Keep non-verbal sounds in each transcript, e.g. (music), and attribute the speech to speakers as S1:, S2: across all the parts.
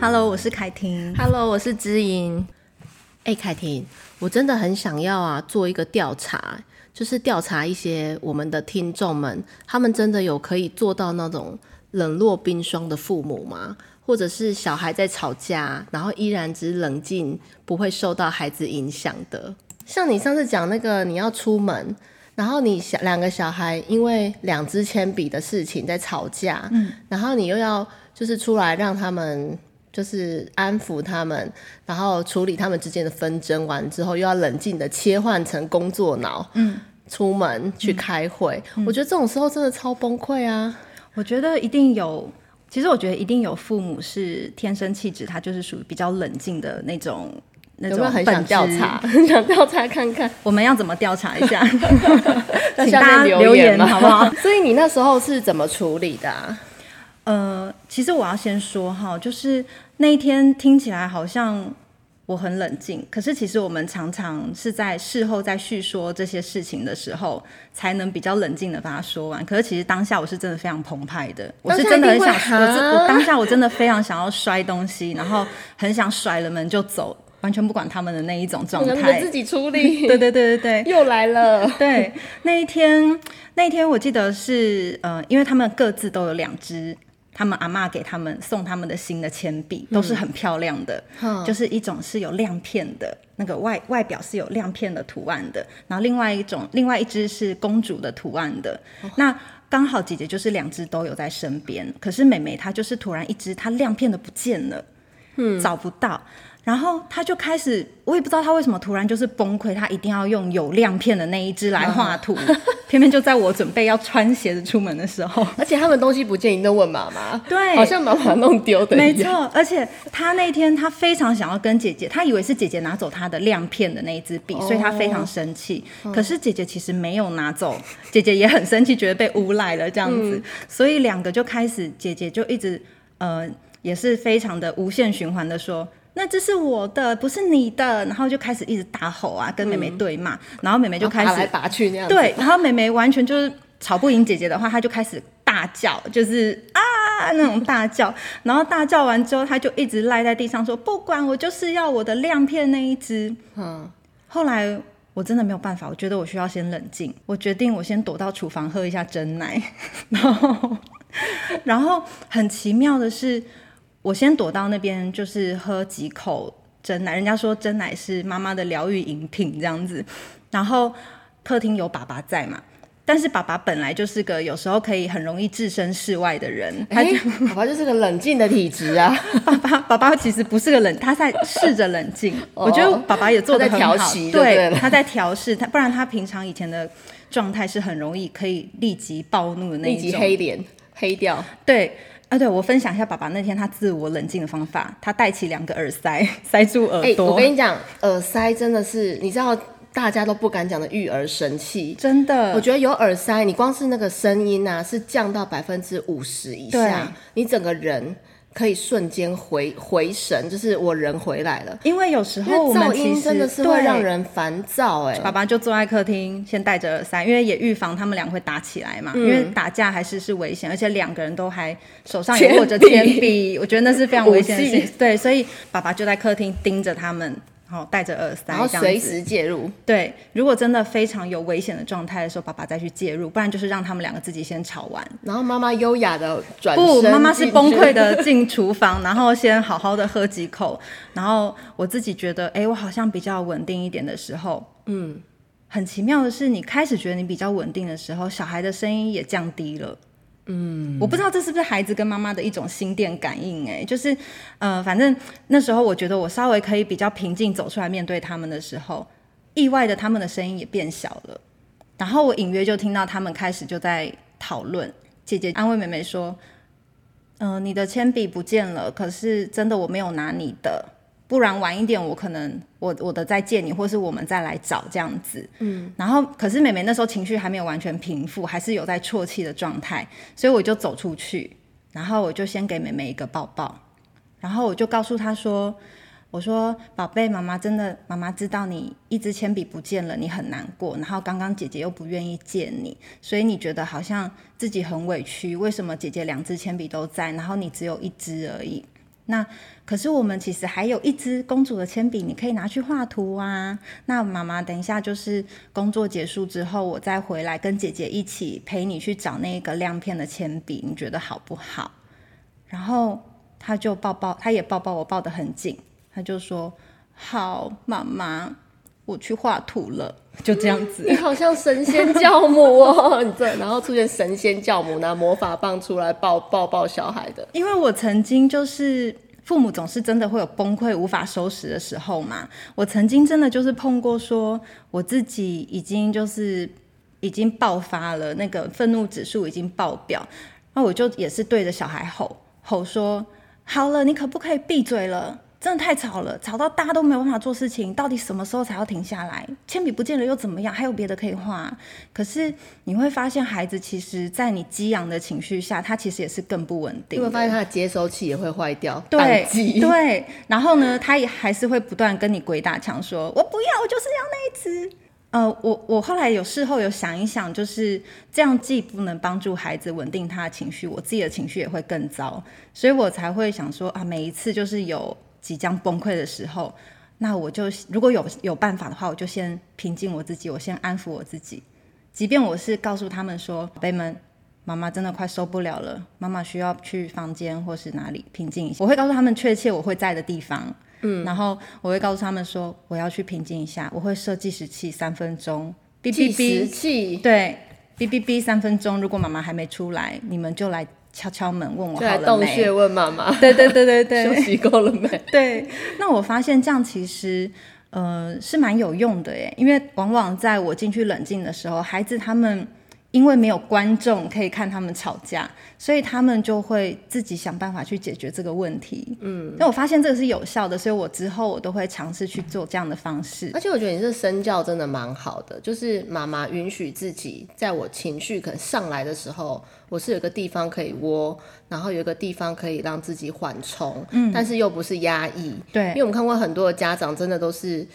S1: Hello，我是凯婷。
S2: Hello，我是知音。哎、凯婷，我真的很想要啊，做一个调查，就是调查一些我们的听众们，他们真的有可以做到那种冷若冰霜的父母吗？或者是小孩在吵架，然后依然只冷静，不会受到孩子影响的？像你上次讲那个，你要出门。然后你小两个小孩因为两支铅笔的事情在吵架，嗯，然后你又要就是出来让他们就是安抚他们，然后处理他们之间的纷争完之后，又要冷静的切换成工作脑，嗯，出门
S1: 嗯
S2: 去开会。我觉得这种时候真的超崩溃啊！
S1: 我觉得一定有，其实我觉得一定有父母是天生气质，他就是属于比较冷静的那种。那
S2: 有
S1: 种
S2: 没有很想
S1: 本质
S2: 调查？？ (laughs) 很想调查看看，
S1: 我们要怎么调查一下？
S2: 在
S1: 请
S2: 下
S1: 大家
S2: 面
S1: 留
S2: 言嘛
S1: 好不好？？
S2: 所以你那时候是怎么处理的、啊？
S1: 呃，其实我要先说哈，就是那一天听起来好像我很冷静，可是其实我们常常是在事后在叙说这些事情的时候，才能比较冷静的把它说完。可是其实当下我是真的非常澎湃的，我是真的很想
S2: 当下，一定
S1: 我
S2: 会
S1: 真
S2: 哈
S1: 我当下我真的非常想要摔东西，然后很想甩了门就走，完全不管他们的那一种状
S2: 能不能
S1: 态
S2: 自。己处理？
S1: 对对对对对，
S2: 又来了。
S1: (laughs) 对，那一天，那一天我记得是呃，因为他们各自都有两支，他们阿嬷给他们送他们的新的铅笔，都是很漂亮的，就是一种是有亮片的，那个外外表是有亮片的图案的，然后另外一种，另外一支是公主的图案的，那。刚好姐姐就是两只都有在身边，可是妹妹她就是突然一只她亮片的不见了，找不到。然后他就开始，我也不知道他为什么突然就是崩溃，他一定要用有亮片的那一支来画图，偏偏就在我准备要穿鞋子出门的时候，
S2: 而且他们东西不见，你都问妈妈，
S1: 对
S2: 好像妈妈弄丢的
S1: 没
S2: 一样。
S1: 错。而且他那天他非常想要跟姐姐，他以为是姐姐拿走他的亮片的那一支笔，所以他非常生气。可是姐姐其实没有拿走，姐姐也很生气，觉得被诬赖了这样子，所以两个就开始，姐姐就一直呃也是非常的无限循环的说。那这是我的，不是你的，然后就开始一直大吼啊，跟妹妹对骂，然后妹妹就开
S2: 拔来
S1: 始
S2: 拔去那样子，
S1: 对，然后妹妹完全就是吵不赢姐姐的话，她就开始大叫，就是啊那种大叫， (laughs) 然后大叫完之后，她就一直赖在地上说不管，我就是要我的亮片那一只。
S2: 嗯，
S1: 后来我真的没有办法，我觉得我需要先冷静，我决定我先躲到厨房喝一下真奶， (laughs) 然后然后很奇妙的是，我先躲到那边就是喝几口真奶，人家说真奶是妈妈的疗愈饮品这样子，然后客厅有爸爸在嘛。但是爸爸本来就是个有时候可以很容易置身事外
S2: (laughs)
S1: 的人，他
S2: 哎、爸爸就是个冷静的体质啊，
S1: 爸爸爸爸其实不是个冷，他在试着冷静。我觉得爸爸也做的很好，
S2: 他在调息就对
S1: 对，
S2: 了
S1: 他在调试，他不然他平常以前的状态是很容易可以立即暴怒的那
S2: 立
S1: 一
S2: 即
S1: 种。
S2: 黑脸黑掉，
S1: 对。啊，对，我分享一下爸爸那天他自我冷静的方法，他戴起两个耳塞，塞住
S2: 哎、
S1: 耳
S2: 我
S1: 朵，
S2: 跟你讲，耳塞真的是，你知道大家都不敢讲的育儿神器。
S1: 真的，
S2: 我觉得有耳塞，你光是那个声音啊，是降到百分之五十以
S1: 对
S2: 下，你整个人可以瞬间回回神，就是我人回来了。
S1: 因为有时
S2: 因为
S1: 候我们
S2: 噪
S1: 其
S2: 音
S1: 实
S2: 真的是会
S1: 对
S2: 让人烦躁、哎，
S1: 爸爸就坐在客厅，先戴着耳塞，因为也预防他们俩会打起来嘛。
S2: 嗯
S1: 因为打架还是是危险，而且两个人都还手上
S2: (laughs)
S1: 也握着铅
S2: 铅
S1: 笔，我觉得那是非常危险的事
S2: 武
S1: 情。对，所以爸爸就在客厅盯着他们，然后戴着耳塞，
S2: 然后
S1: 这
S2: 随
S1: 样子。
S2: 时介入。
S1: 对，如果真的非常有危险的状态的时候，爸爸再去介入，不然就是让他们两个自己先吵完。
S2: 然后妈妈优雅的转身
S1: 不，
S2: 进去，
S1: 妈妈是崩溃的进厨房，然后先好好的喝几口，然后我自己觉得，哎、我好像比较稳定一点的时候，嗯，很奇妙的是，你开始觉得你比较稳定的时候，小孩的声音也降低了。嗯，我不知道这是不是孩子跟妈妈的一种心电感应、哎，就是，呃，反正那时候我觉得我稍微可以比较平静走出来面对他们的时候，意外的他们的声音也变小了。然后我隐约就听到他们开始就在讨论，姐姐安慰妹妹说：“嗯、你的铅笔不见了，可是真的我没有拿你的，不然晚一点我可能我我的再借你，或是我们再来找这样子。”嗯，然后可是妹妹那时候情绪还没有完全平复，还是有在啜泣的状态，所以我就走出去，然后我就先给妹妹一个抱抱，然后我就告诉她说。我说：“宝贝，妈妈真的，妈妈知道你一支铅笔不见了，你很难过。然后刚刚姐姐又不愿意借你，所以你觉得好像自己很委屈。为什么姐姐两支铅笔都在，然后你只有一支而已？那可是我们其实还有一支公主的铅笔，你可以拿去画图啊。那妈妈等一下就是工作结束之后，我再回来跟姐姐一起陪你去找那个亮片的铅笔，你觉得好不好？然后他就抱抱，他也抱抱我，抱得很紧。他就说：“好，妈妈，我去画图了。”就这样子。
S2: 你好像神仙教母哦， (laughs) 你这然后出现神仙教母拿魔法棒出来抱抱抱小孩的，
S1: 因为我曾经就是父母总是真的会有崩溃无法收拾的时候嘛，我曾经真的就是碰过说我自己已经就是已经爆发了，那个愤怒指数已经爆表，那我就也是对着小孩吼吼说：“好了，你可不可以闭嘴了？”真的太吵了，吵到大家都没有办法做事情。到底什么时候才要停下来？铅笔不见了又怎么样？还有别的可以画啊。可是你会发现，孩子其实，在你激昂的情绪下，他其实也是更不稳定
S2: 你
S1: 的。
S2: 会发现他的接收器也会坏掉，
S1: 对
S2: 宕机
S1: 对，然后呢，他也还是会不断跟你鬼打墙，说我不要，我就是要那一只。呃，我我后来有事后有想一想，就是这样既不能帮助孩子稳定他的情绪，我自己的情绪也会更糟，所以我才会想说啊，每一次就是有即将崩溃的时候，那我就如果有有办法的话，我就先平静我自己，我先安抚我自己，即便我是告诉他们说，宝贝们，妈妈真的快受不了了，妈妈需要去房间或是哪里平静一下。我会告诉他们确切我会在的地方，嗯，然后我会告诉他们说我要去平静一下，我会设计时器三分钟，哔
S2: 计
S1: 哔
S2: 时
S1: 哔，
S2: 器
S1: 对，哔哔哔三分钟，如果妈妈还没出来，你们就来敲敲门问我
S2: 就来
S1: 好了
S2: 洞穴
S1: 没？
S2: 问妈妈
S1: 对对对对对，
S2: (laughs) 休息够了没？
S1: 对，那我发现这样其实呃是蛮有用的耶，因为往往在我进去冷静的时候，孩子他们因为没有观众可以看他们吵架，所以他们就会自己想办法去解决这个问题。嗯，那我发现这个是有效的，所以我之后我都会尝试去做这样的方式。
S2: 而且我觉得你这身教真的蛮好的，就是妈妈允许自己，在我情绪可能上来的时候，我是有个地方可以窝，然后有一个地方可以让自己缓冲，嗯，但是又不是压抑，因
S1: 对
S2: 为我们看过很多的家长真的都是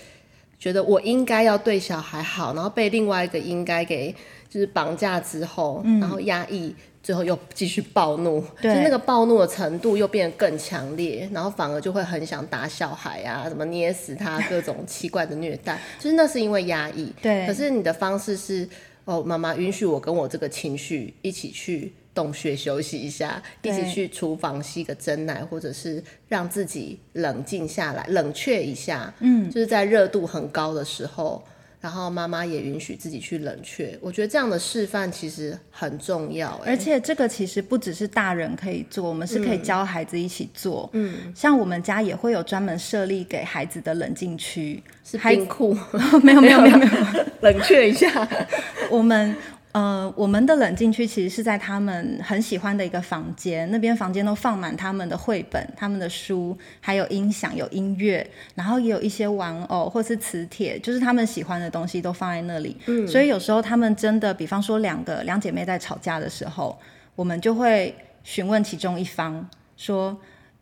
S2: 觉得我应该要对小孩好，然后被另外一个应该给就是绑架之后，然后压抑。最后又继续暴怒，就
S1: 嗯对
S2: 是那个暴怒的程度又变得更强烈，然后反而就会很想打小孩啊，什么捏死他，各种奇怪的虐待，就是那是因为压抑。
S1: 对
S2: 可是你的方式是，哦，妈妈允许我跟我这个情绪一起去洞穴休息一下，一
S1: 对
S2: 起去厨房吸个真奶，或者是让自己冷静下来、冷却一下。嗯，就是在热度很高的时候，然后妈妈也允许自己去冷却。我觉得这样的示范其实很重要、欸，
S1: 而且这个其实不只是大人可以做，我们是可以教孩子一起做。嗯，像我们家也会有专门设立给孩子的冷静 (laughs) 区，
S2: 是
S1: 孩
S2: 冰库
S1: 没有没有没有没有，
S2: (laughs) 冷却一下。
S1: 我们呃，我们的冷静区其实是在他们很喜欢的一个房间，那边房间都放满他们的绘本、他们的书，还有音响、有音乐，然后也有一些玩偶或是磁铁，就是他们喜欢的东西都放在那里。嗯，所以有时候他们真的，比方说两个两姐妹在吵架的时候，我们就会询问其中一方说。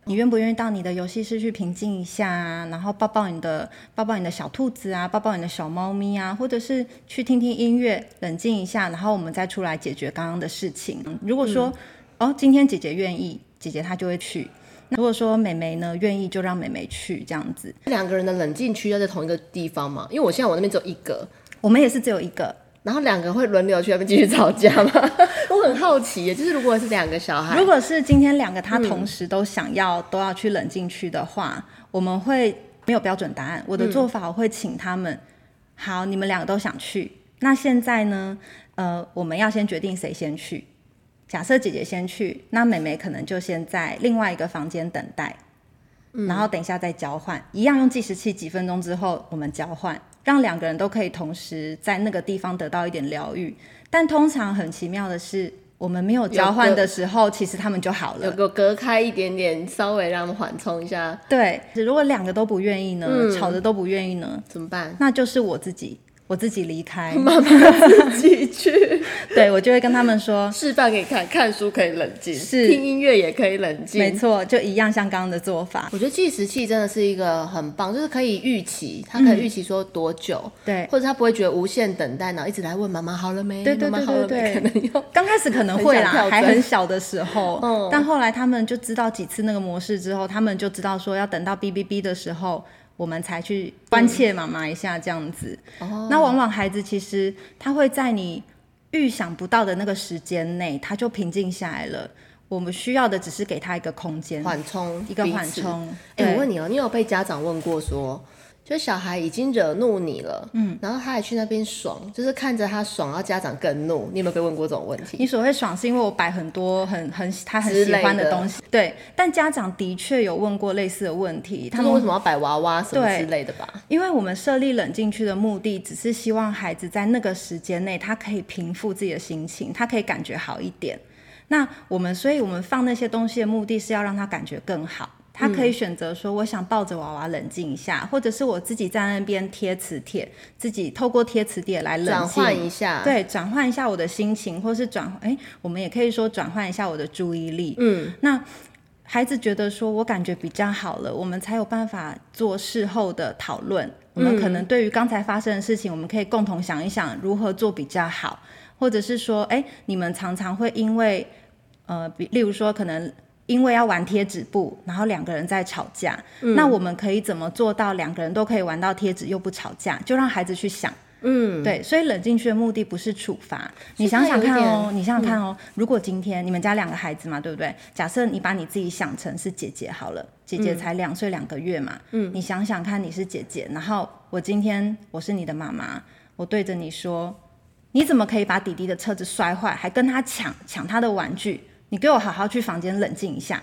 S1: 你愿不愿意到你的游戏室去平静一下啊？然后抱抱你的抱抱你的小兔子啊，抱抱你的小猫咪啊，或者是去听听音乐，冷静一下，然后我们再出来解决刚刚的事情。嗯如果说、哦，今天姐姐愿意，姐姐她就会去；那如果说妹妹呢愿意，就让妹妹去这样子。
S2: 两个人的冷静区要在同一个地方嘛？因为我现在我那边只有一个，
S1: 我们也是只有一个，
S2: 然后两个会轮流去那边继续 (laughs) 吵架吗？我很好奇耶，就是如果是两个小孩
S1: 如，果是今天两个他同时都想要、都要去冷静区的话，我们会没有标准答案。我的做法我会请他们，好，你们两个都想去，那现在呢？呃，我们要先决定谁先去。假设姐姐先去，那妹妹可能就先在另外一个房间等待，然后等一下再交换，一样用计时器，几分钟之后我们交换，让两个人都可以同时在那个地方得到一点疗愈。但通常很奇妙的是，我们没有交换的时候，其实他们就好
S2: 有
S1: 了。
S2: 有隔开一点点，稍微让他们缓冲一下，
S1: 对，如果两个都不愿意呢，吵着都不愿意呢， (laughs)
S2: 怎么办？
S1: 那就是我自己，我自己离开，
S3: 慢慢自己去
S1: (laughs) 对我就会跟他们说，
S3: 示范给你看，看书可以冷静，
S1: 是
S3: 听音乐也可以冷
S1: 没
S3: 静。
S1: 错，就一样像刚刚的做法，
S2: 我觉得计时器真的是一个很棒，就是可以预期，
S1: 嗯
S2: 它可以预期说多久，
S1: 对。
S2: 或者他不会觉得无限等待，然后一直来问妈妈好了没？
S1: 对对
S2: 妈妈
S1: 对
S2: 好了
S1: 对
S2: 没？
S1: 对，
S2: 可能要
S1: 刚开始可能会啦
S3: 很想跳，针
S1: 还很小的时候，
S2: 嗯
S1: 但后来他们就知道几次那个模式之后，他们就知道说要等到哔哔哔的时候，我们才去关切妈妈一下这样子。
S2: 哦
S1: 那往往孩子其实他会在你预想不到的那个时间内，他就平静下来了。我们需要的只是给他一个空间，
S2: 缓冲
S1: 一个缓
S2: 彼此
S1: 冲。
S2: 哎、我
S1: 对
S2: 问你哦、你有被家长问过说，就小孩已经惹怒你了，嗯，然后他还去那边爽，就是看着他爽，然后家长更怒，你有没有被问过这种问题？
S1: 你所谓爽，是因为我摆很多很很他很
S2: 之
S1: 喜
S2: 类
S1: 欢的
S2: 的
S1: 东西，对。但家长的确有问过类似的问题，
S2: 他
S1: 他
S2: 们
S1: 们
S2: 为什么要摆娃娃什么
S1: 对
S2: 之类的吧？
S1: 因为我们设立冷静区的目的，只是希望孩子在那个时间内，他可以平复自己的心情，他可以感觉好一点。那我们，所以我们放那些东西的目的是要让他感觉更好。他可以选择说，我想抱着娃娃冷静一下，或者是我自己在那边贴磁铁，自己透过贴磁铁来冷静
S2: 转换一下，，
S1: 对，转换一下我的心情，或是转，哎，我们也可以说转换一下我的注意力。嗯，那孩子觉得说我感觉比较好了，我们才有办法做事后的讨论。我们可能对于刚才发生的事情，我们可以共同想一想如何做比较好，或者是说，哎，你们常常会因为，呃，比例如说可能。因为要玩贴纸布，然后两个人在吵架，那我们可以怎么做到两个人都可以玩到贴纸又不吵架？就让孩子去想，对，所以冷静区的目的不嗯是处罚。你想想看哦，你想想看哦，如果今天你们家两个孩子嘛，对不对？假设你把你自己想成是姐姐好了，姐姐才两岁两个月嘛，嗯，你想想看，你是姐姐，然后我今天我是你的妈妈，我对着你说，你怎么可以把弟弟的车子摔坏，还跟他抢抢他的玩具？你给我好好去房间冷静一下，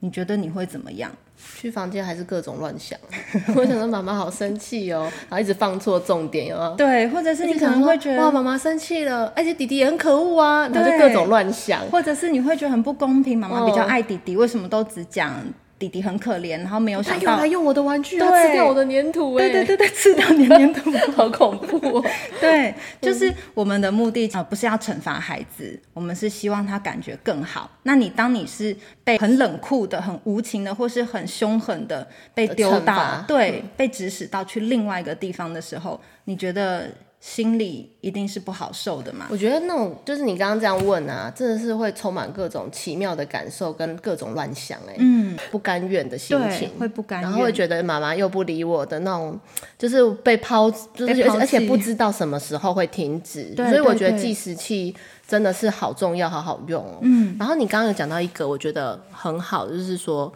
S1: 你觉得你会怎么样？
S2: 去房间还是各种乱想。 (laughs) 我想说妈妈好生气哦，然后一直放错重点，有没有？
S1: 对，或者是你
S2: 就
S1: 可
S2: 想
S1: 能
S2: 说
S1: 会觉得
S2: 哇，妈妈生气了，而且弟弟也很可恶啊，然后就
S1: 对
S2: 各种乱想。
S1: 或者是你会觉得很不公平，妈妈比较爱弟弟，为什么都只讲弟弟很可怜，然后没有
S2: 他
S1: 想
S2: 又
S1: 到
S2: 来，用我的玩具啊，
S1: 对
S2: 吃掉我的粘土、哎，
S1: 对对对对，吃到黏 (laughs) 黏土。
S2: 对， (laughs) 好恐怖哦。 (laughs)
S1: 对，就是我们的目的啊、呃不是要惩罚孩子，我们是希望他感觉更好。那你当你是被很冷酷的、很无情的，或是很凶狠的被丢
S2: 惩
S1: 到
S2: 罚，嗯
S1: 对，被指使到去另外一个地方的时候，你觉得心里一定是不好受的嘛？
S2: 我觉得那种就是你刚刚这样问啊，真的是会充满各种奇妙的感受跟各种乱想、哎，
S1: 嗯，
S2: 不甘愿的心
S1: 对
S2: 情，。
S1: 会不甘愿，
S2: 然后会觉得妈妈又不理我的那种，就是被抛，就是
S1: 被抛弃
S2: 而且不知道什么时候会停止，
S1: 对
S2: 所以我觉得
S1: 对对
S2: 计时器真的是好重要，好好用哦。嗯，然后你刚刚有讲到一个，我觉得很好，就是说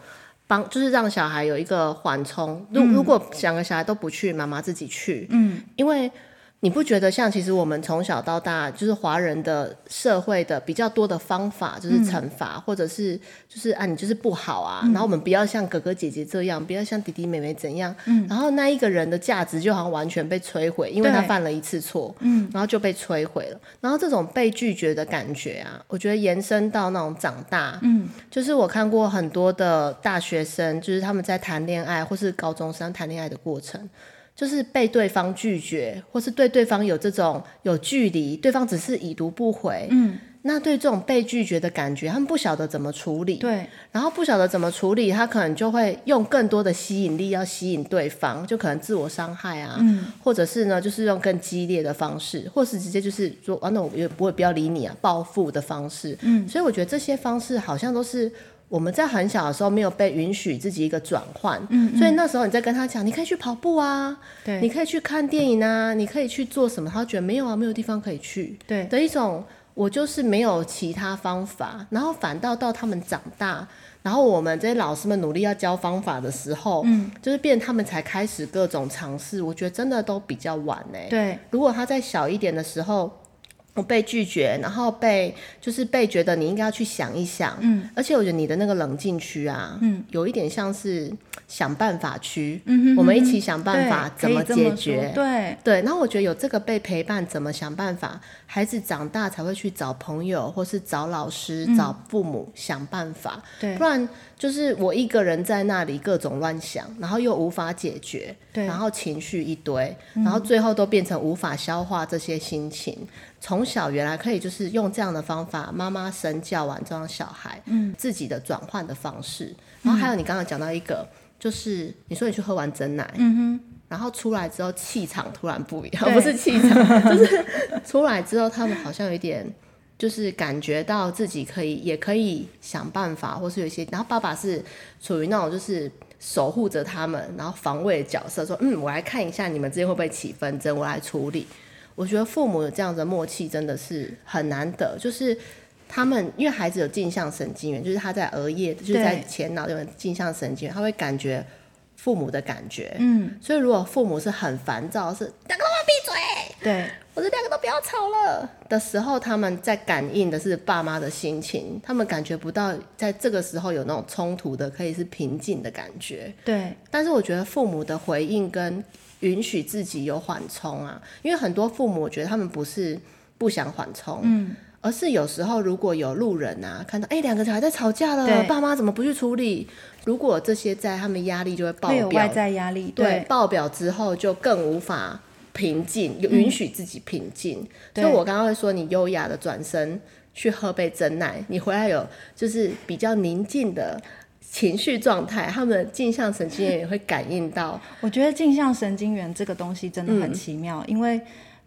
S2: 帮，就是让小孩有一个缓冲。如、
S1: 嗯
S2: 如果两个小孩都不去，妈妈自己去，嗯，因为。你不觉得像其实我们从小到大，就是华人的社会的比较多的方法，就是惩罚、或者是就是啊，你就是不好啊，然后我们不要像哥哥姐姐这样，不要像弟弟妹妹怎样，然后那一个人的价值就好像完全被摧毁，因为
S1: 对
S2: 他犯了一次错，嗯，然后就被摧毁了，然后这种被拒绝的感觉啊，我觉得延伸到那种长大，嗯，就是我看过很多的大学生，就是他们在谈恋爱或是高中生谈恋爱的过程。就是被对方拒绝，或是对对方有这种有距离，对方只是已读不回，嗯，那对这种被拒绝的感觉，他们不晓得怎么处理，
S1: 对
S2: 然后不晓得怎么处理，他可能就会用更多的吸引力要吸引对方，就可能自我伤害啊，或者是呢，就是用更激烈的方式，或是直接就是说，啊，那我也不会不要理你啊，报复的方式。嗯，所以我觉得这些方式好像都是。我们在很小的时候没有被允许自己一个转换，所以那时候你在跟他讲，你可以去跑步啊，
S1: 对
S2: 你可以去看电影啊，你可以去做什么，他觉得没有啊，没有地方可以去，
S1: 对
S2: 的一种，我就是没有其他方法，然后反倒到他们长大，然后我们这些老师们努力要教方法的时候，嗯，就是变他们才开始各种尝试，我觉得真的都比较晚呢、欸
S1: 对
S2: 如果他再小一点的时候。我被拒绝，然后被就是被觉得你应该要去想一想，嗯，而且我觉得你的那个冷静区啊，嗯，有一点像是想办法区，嗯我们一起想办法
S1: 嗯对
S2: 怎
S1: 可以
S2: 么
S1: 这
S2: 解
S1: 说
S2: 决，
S1: 对，
S2: 对，然后我觉得有这个被陪伴，怎么想办法，孩子长大才会去找朋友，或是找老师、找父母想办法。
S1: 嗯对
S2: 不然就是我一个人在那里各种乱想，然后又无法解决，
S1: 对嗯
S2: 然后情绪一堆，然后最后都变成无法消化这些心情。从小原来可以就是用这样的方法，妈妈神教完这样小孩，嗯，自己的转换的方式。然后还有你刚刚讲到一个，就是你说你去喝完真奶，然后出来之后气场突然不一样，
S1: 嗯对
S2: 不是气
S1: (laughs)
S2: 场，就是出来之后他们好像有点，就是感觉到自己可以，也可以想办法，或是有一些。然后爸爸是属于那种就是守护着他们，然后防卫的角色，说嗯，我来看一下你们之间会不会起纷争，我来处理。我觉得父母有这样的默契真的是很难得，就是。他们因为孩子有镜像神经元，就是他在额叶，就是在
S1: 对
S2: 前脑有镜像神经元，他会感觉父母的感觉，
S1: 嗯，
S2: 所以如果父母是很烦躁，是两个都要闭嘴，
S1: 对，
S2: 我这两个都不要吵了的时候，他们在感应的是爸妈的心情，他们感觉不到在这个时候有那种冲突的，可以是平静的感觉。
S1: 对，
S2: 但是我觉得父母的回应跟允许自己有缓冲啊，因为很多父母我觉得他们不是不想缓冲，嗯。而是有时候如果有路人啊看到，哎、两个小孩在吵架了，
S1: 对
S2: 爸妈怎么不去处理？如果这些在，他们压力就会爆
S1: 会有外
S2: 表，
S1: 在压力，
S2: 对，爆表之后就更无法平静，有允许自己平静。所以
S1: 嗯对
S2: 我刚刚会说，你优雅的转身去喝杯真奶，你回来有就是比较宁静的情绪状态，他们的镜像神经元也会感应到。
S1: 我觉得镜像神经元这个东西真的
S2: 嗯
S1: 很奇妙，因为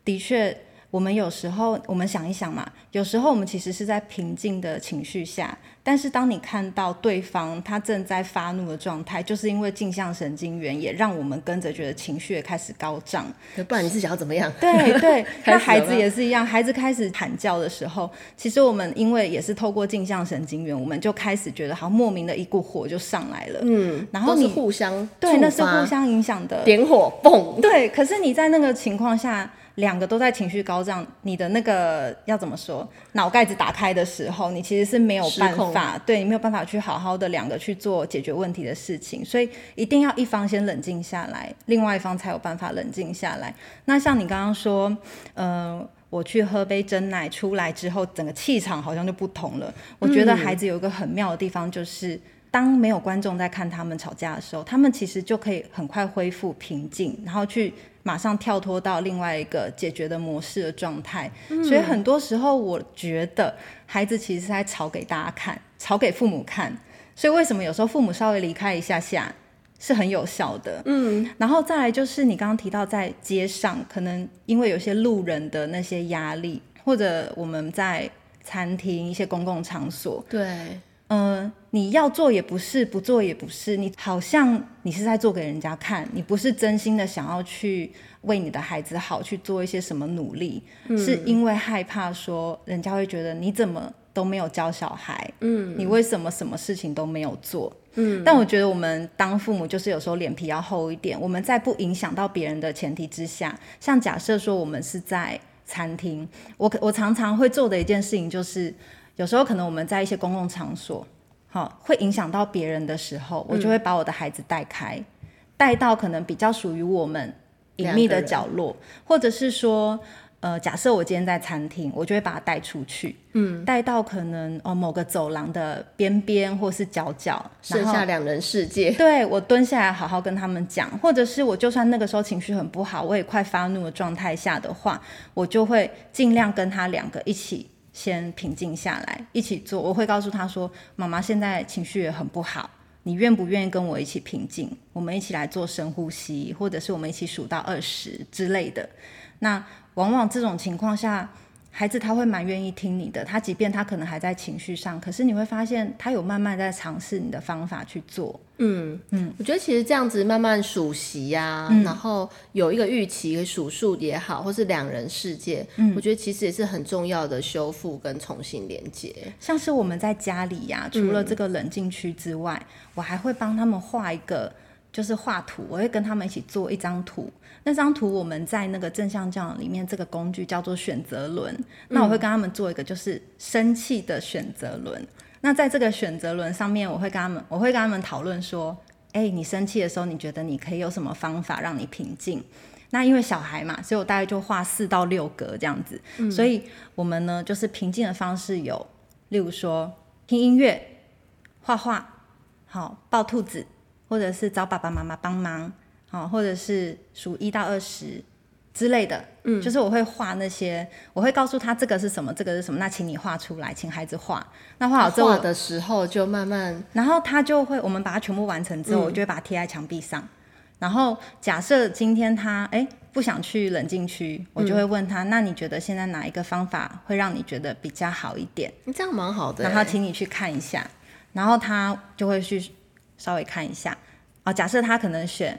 S1: 的确，我们有时候我们想一想嘛，有时候我们其实是在平静的情绪下，但是当你看到对方他正在发怒的状态，就是因为镜像神经元也让我们跟着觉得情绪也开始高涨。
S2: 不然你是想要怎么样？
S1: 对 (laughs)
S2: (laughs)，开
S1: 对
S2: 始
S1: 那
S2: 了
S1: 孩子
S2: 吗
S1: 也是一样，孩子开始喊叫的时候，其实我们因为也是透过镜像神经元，我们就开始觉得好像莫名的一股火就上来了。嗯，然后
S2: 都是
S1: 你
S2: 互相
S1: 对，
S2: 触
S1: 那是
S2: 发
S1: 互相影响的。
S2: 点火蹦。
S1: 对，可是你在那个情况下，两个都在情绪高涨，你的那个要怎么说，脑盖子打开的时候，你其实是没有
S2: 失
S1: 办
S2: 控
S1: 法，对你没有办法去好好的两个去做解决问题的事情，所以一定要一方先冷静下来，另外一方才有办法冷静下来。那像你刚刚说，呃。我去喝杯真奶出来之后，整个气场好像就不同了。我觉
S2: 嗯
S1: 得孩子有一个很妙的地方，就是当没有观众在看他们吵架的时候，他们其实就可以很快恢复平静，然后去马上跳脱到另外一个解决的模式的状态。所以很多时候，我觉得孩子其实是在吵给大家看，吵给父母看。所以为什么有时候父母稍微离开一下下是很有效的？嗯，然后再来就是你刚刚提到在街上，可能因为有些路人的那些压力，或者我们在餐厅一些公共场所，
S2: 对，
S1: 呃，你要做也不是，不做也不是，你好像你是在做给人家看，你不是真心的想要去为你的孩子好，去做一些什么努力，是因为害怕说人家会觉得你怎么都没有教小孩，嗯，你为什么什么事情都没有做？嗯，但我觉得我们当父母就是有时候脸皮要厚一点，我们在不影响到别人的前提之下，像假设说我们是在餐厅，我可我常常会做的一件事情就是，有时候可能我们在一些公共场所，好、会影响到别人的时候，我就会把我的孩子带开，带到可能比较属于我们隐秘的角落，或者是说。呃，假设我今天在餐厅，我就会把他带出去，嗯，带到可能哦某个走廊的边边或是角角，然
S2: (laughs) 剩
S1: 后
S2: 下两人世界。
S1: 对我蹲下来好好跟他们讲，或者是我就算那个时候情绪很不好，我也快发怒的状态下的话，我就会尽量跟他两个一起先平静下来，一起做。我会告诉他说：“妈妈现在情绪也很不好，你愿不愿意跟我一起平静？我们一起来做深呼吸，或者是我们一起数到二十之类的。”那往往这种情况下，孩子他会蛮愿意听你的，他即便他可能还在情绪上，可是你会发现他有慢慢在尝试你的方法去做。
S2: 我觉得其实这样子慢慢数息呀、
S1: 嗯
S2: 然后有一个预期数数也好，或是两人世界，
S1: 嗯
S2: 我觉得其实也是很重要的修复跟重新连接。
S1: 像是我们在家里呀、除了这个冷静区之外，我还会帮他们画一个，就是画图，我会跟他们一起做一张图，那张图我们在那个正向教养里面，这个工具叫做选择轮。那我会跟他们做一个就是生气的选择轮。那在这个选择轮上面，我会跟他们，我会跟他们讨论说，哎、你生气的时候，你觉得你可以有什么方法让你平静？那因为小孩嘛，所以我大概就画四到六格这样子。所以我们呢，就是平静的方式有，例如说听音乐、画画，好抱兔子，或者是找爸爸妈妈帮忙，好，或者是数一到二十之类的。嗯，就是我会画那些，我会告诉他这个是什么，这个是什么，那请你画出来，请孩子画。那画好之后
S2: 画，的时候就慢慢
S1: 然后他就会，我们把它全部完成之后，
S2: 嗯
S1: 我就会把它贴在墙壁上。然后假设今天他哎不想去冷静区，我就会问
S2: 嗯
S1: 他，那你觉得现在哪一个方法会让你觉得比较好一点？
S2: 这样蛮好的欸、
S1: 然后请你去看一下，然后他就会去稍微看一下。啊，假设他可能选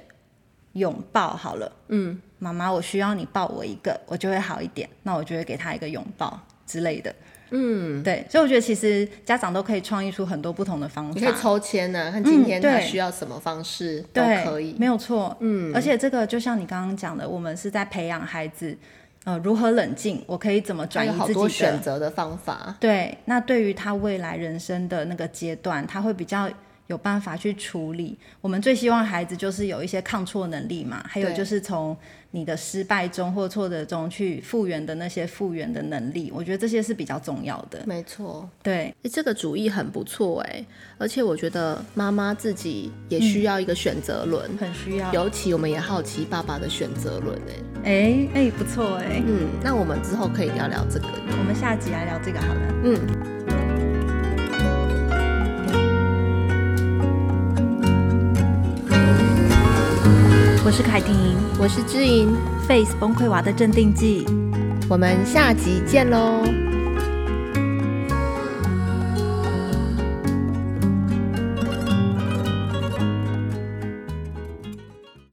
S1: 拥抱好了，嗯，妈妈，我需要你抱我一个，我就会好一点。那我就会给他一个拥抱之类的。嗯，对，所以我觉得其实家长都可以创意出很多不同的方法。
S2: 你可以抽签呢、啊，看今天
S1: 嗯
S2: 他
S1: 对
S2: 需要什么方式都
S1: 对，
S2: 可以。
S1: 没有错。嗯，而且这个就像你刚刚讲的，我们是在培养孩子，呃，如何冷静，我可以怎么
S2: 还
S1: 转移
S2: 有好
S1: 自
S2: 多
S1: 己
S2: 选
S1: 的。
S2: 择的方法，
S1: 对，那对于他未来人生的那个阶段，他会比较有办法去处理。我们最希望孩子就是有一些抗挫能力嘛，还有
S2: 对
S1: 就是从你的失败中或挫折中去复原的那些复原的能力，我觉得这些是比较重要的。
S2: 没错。
S1: 对，
S2: 诶这个主意很不错哎、而且我觉得妈妈自己也
S1: 嗯
S2: 需要一个选择轮，
S1: 很需要。
S2: 尤其我们也好奇爸爸的选择轮哎、
S1: 哎哎，不错哎，
S2: 嗯，那我们之后可以聊聊这个。
S1: 我们下集来聊这个好了。
S2: 嗯，
S1: 我是凯婷
S2: 我是知音，
S1: ，Face 崩溃娃的镇定剂。
S2: 我们下集见喽，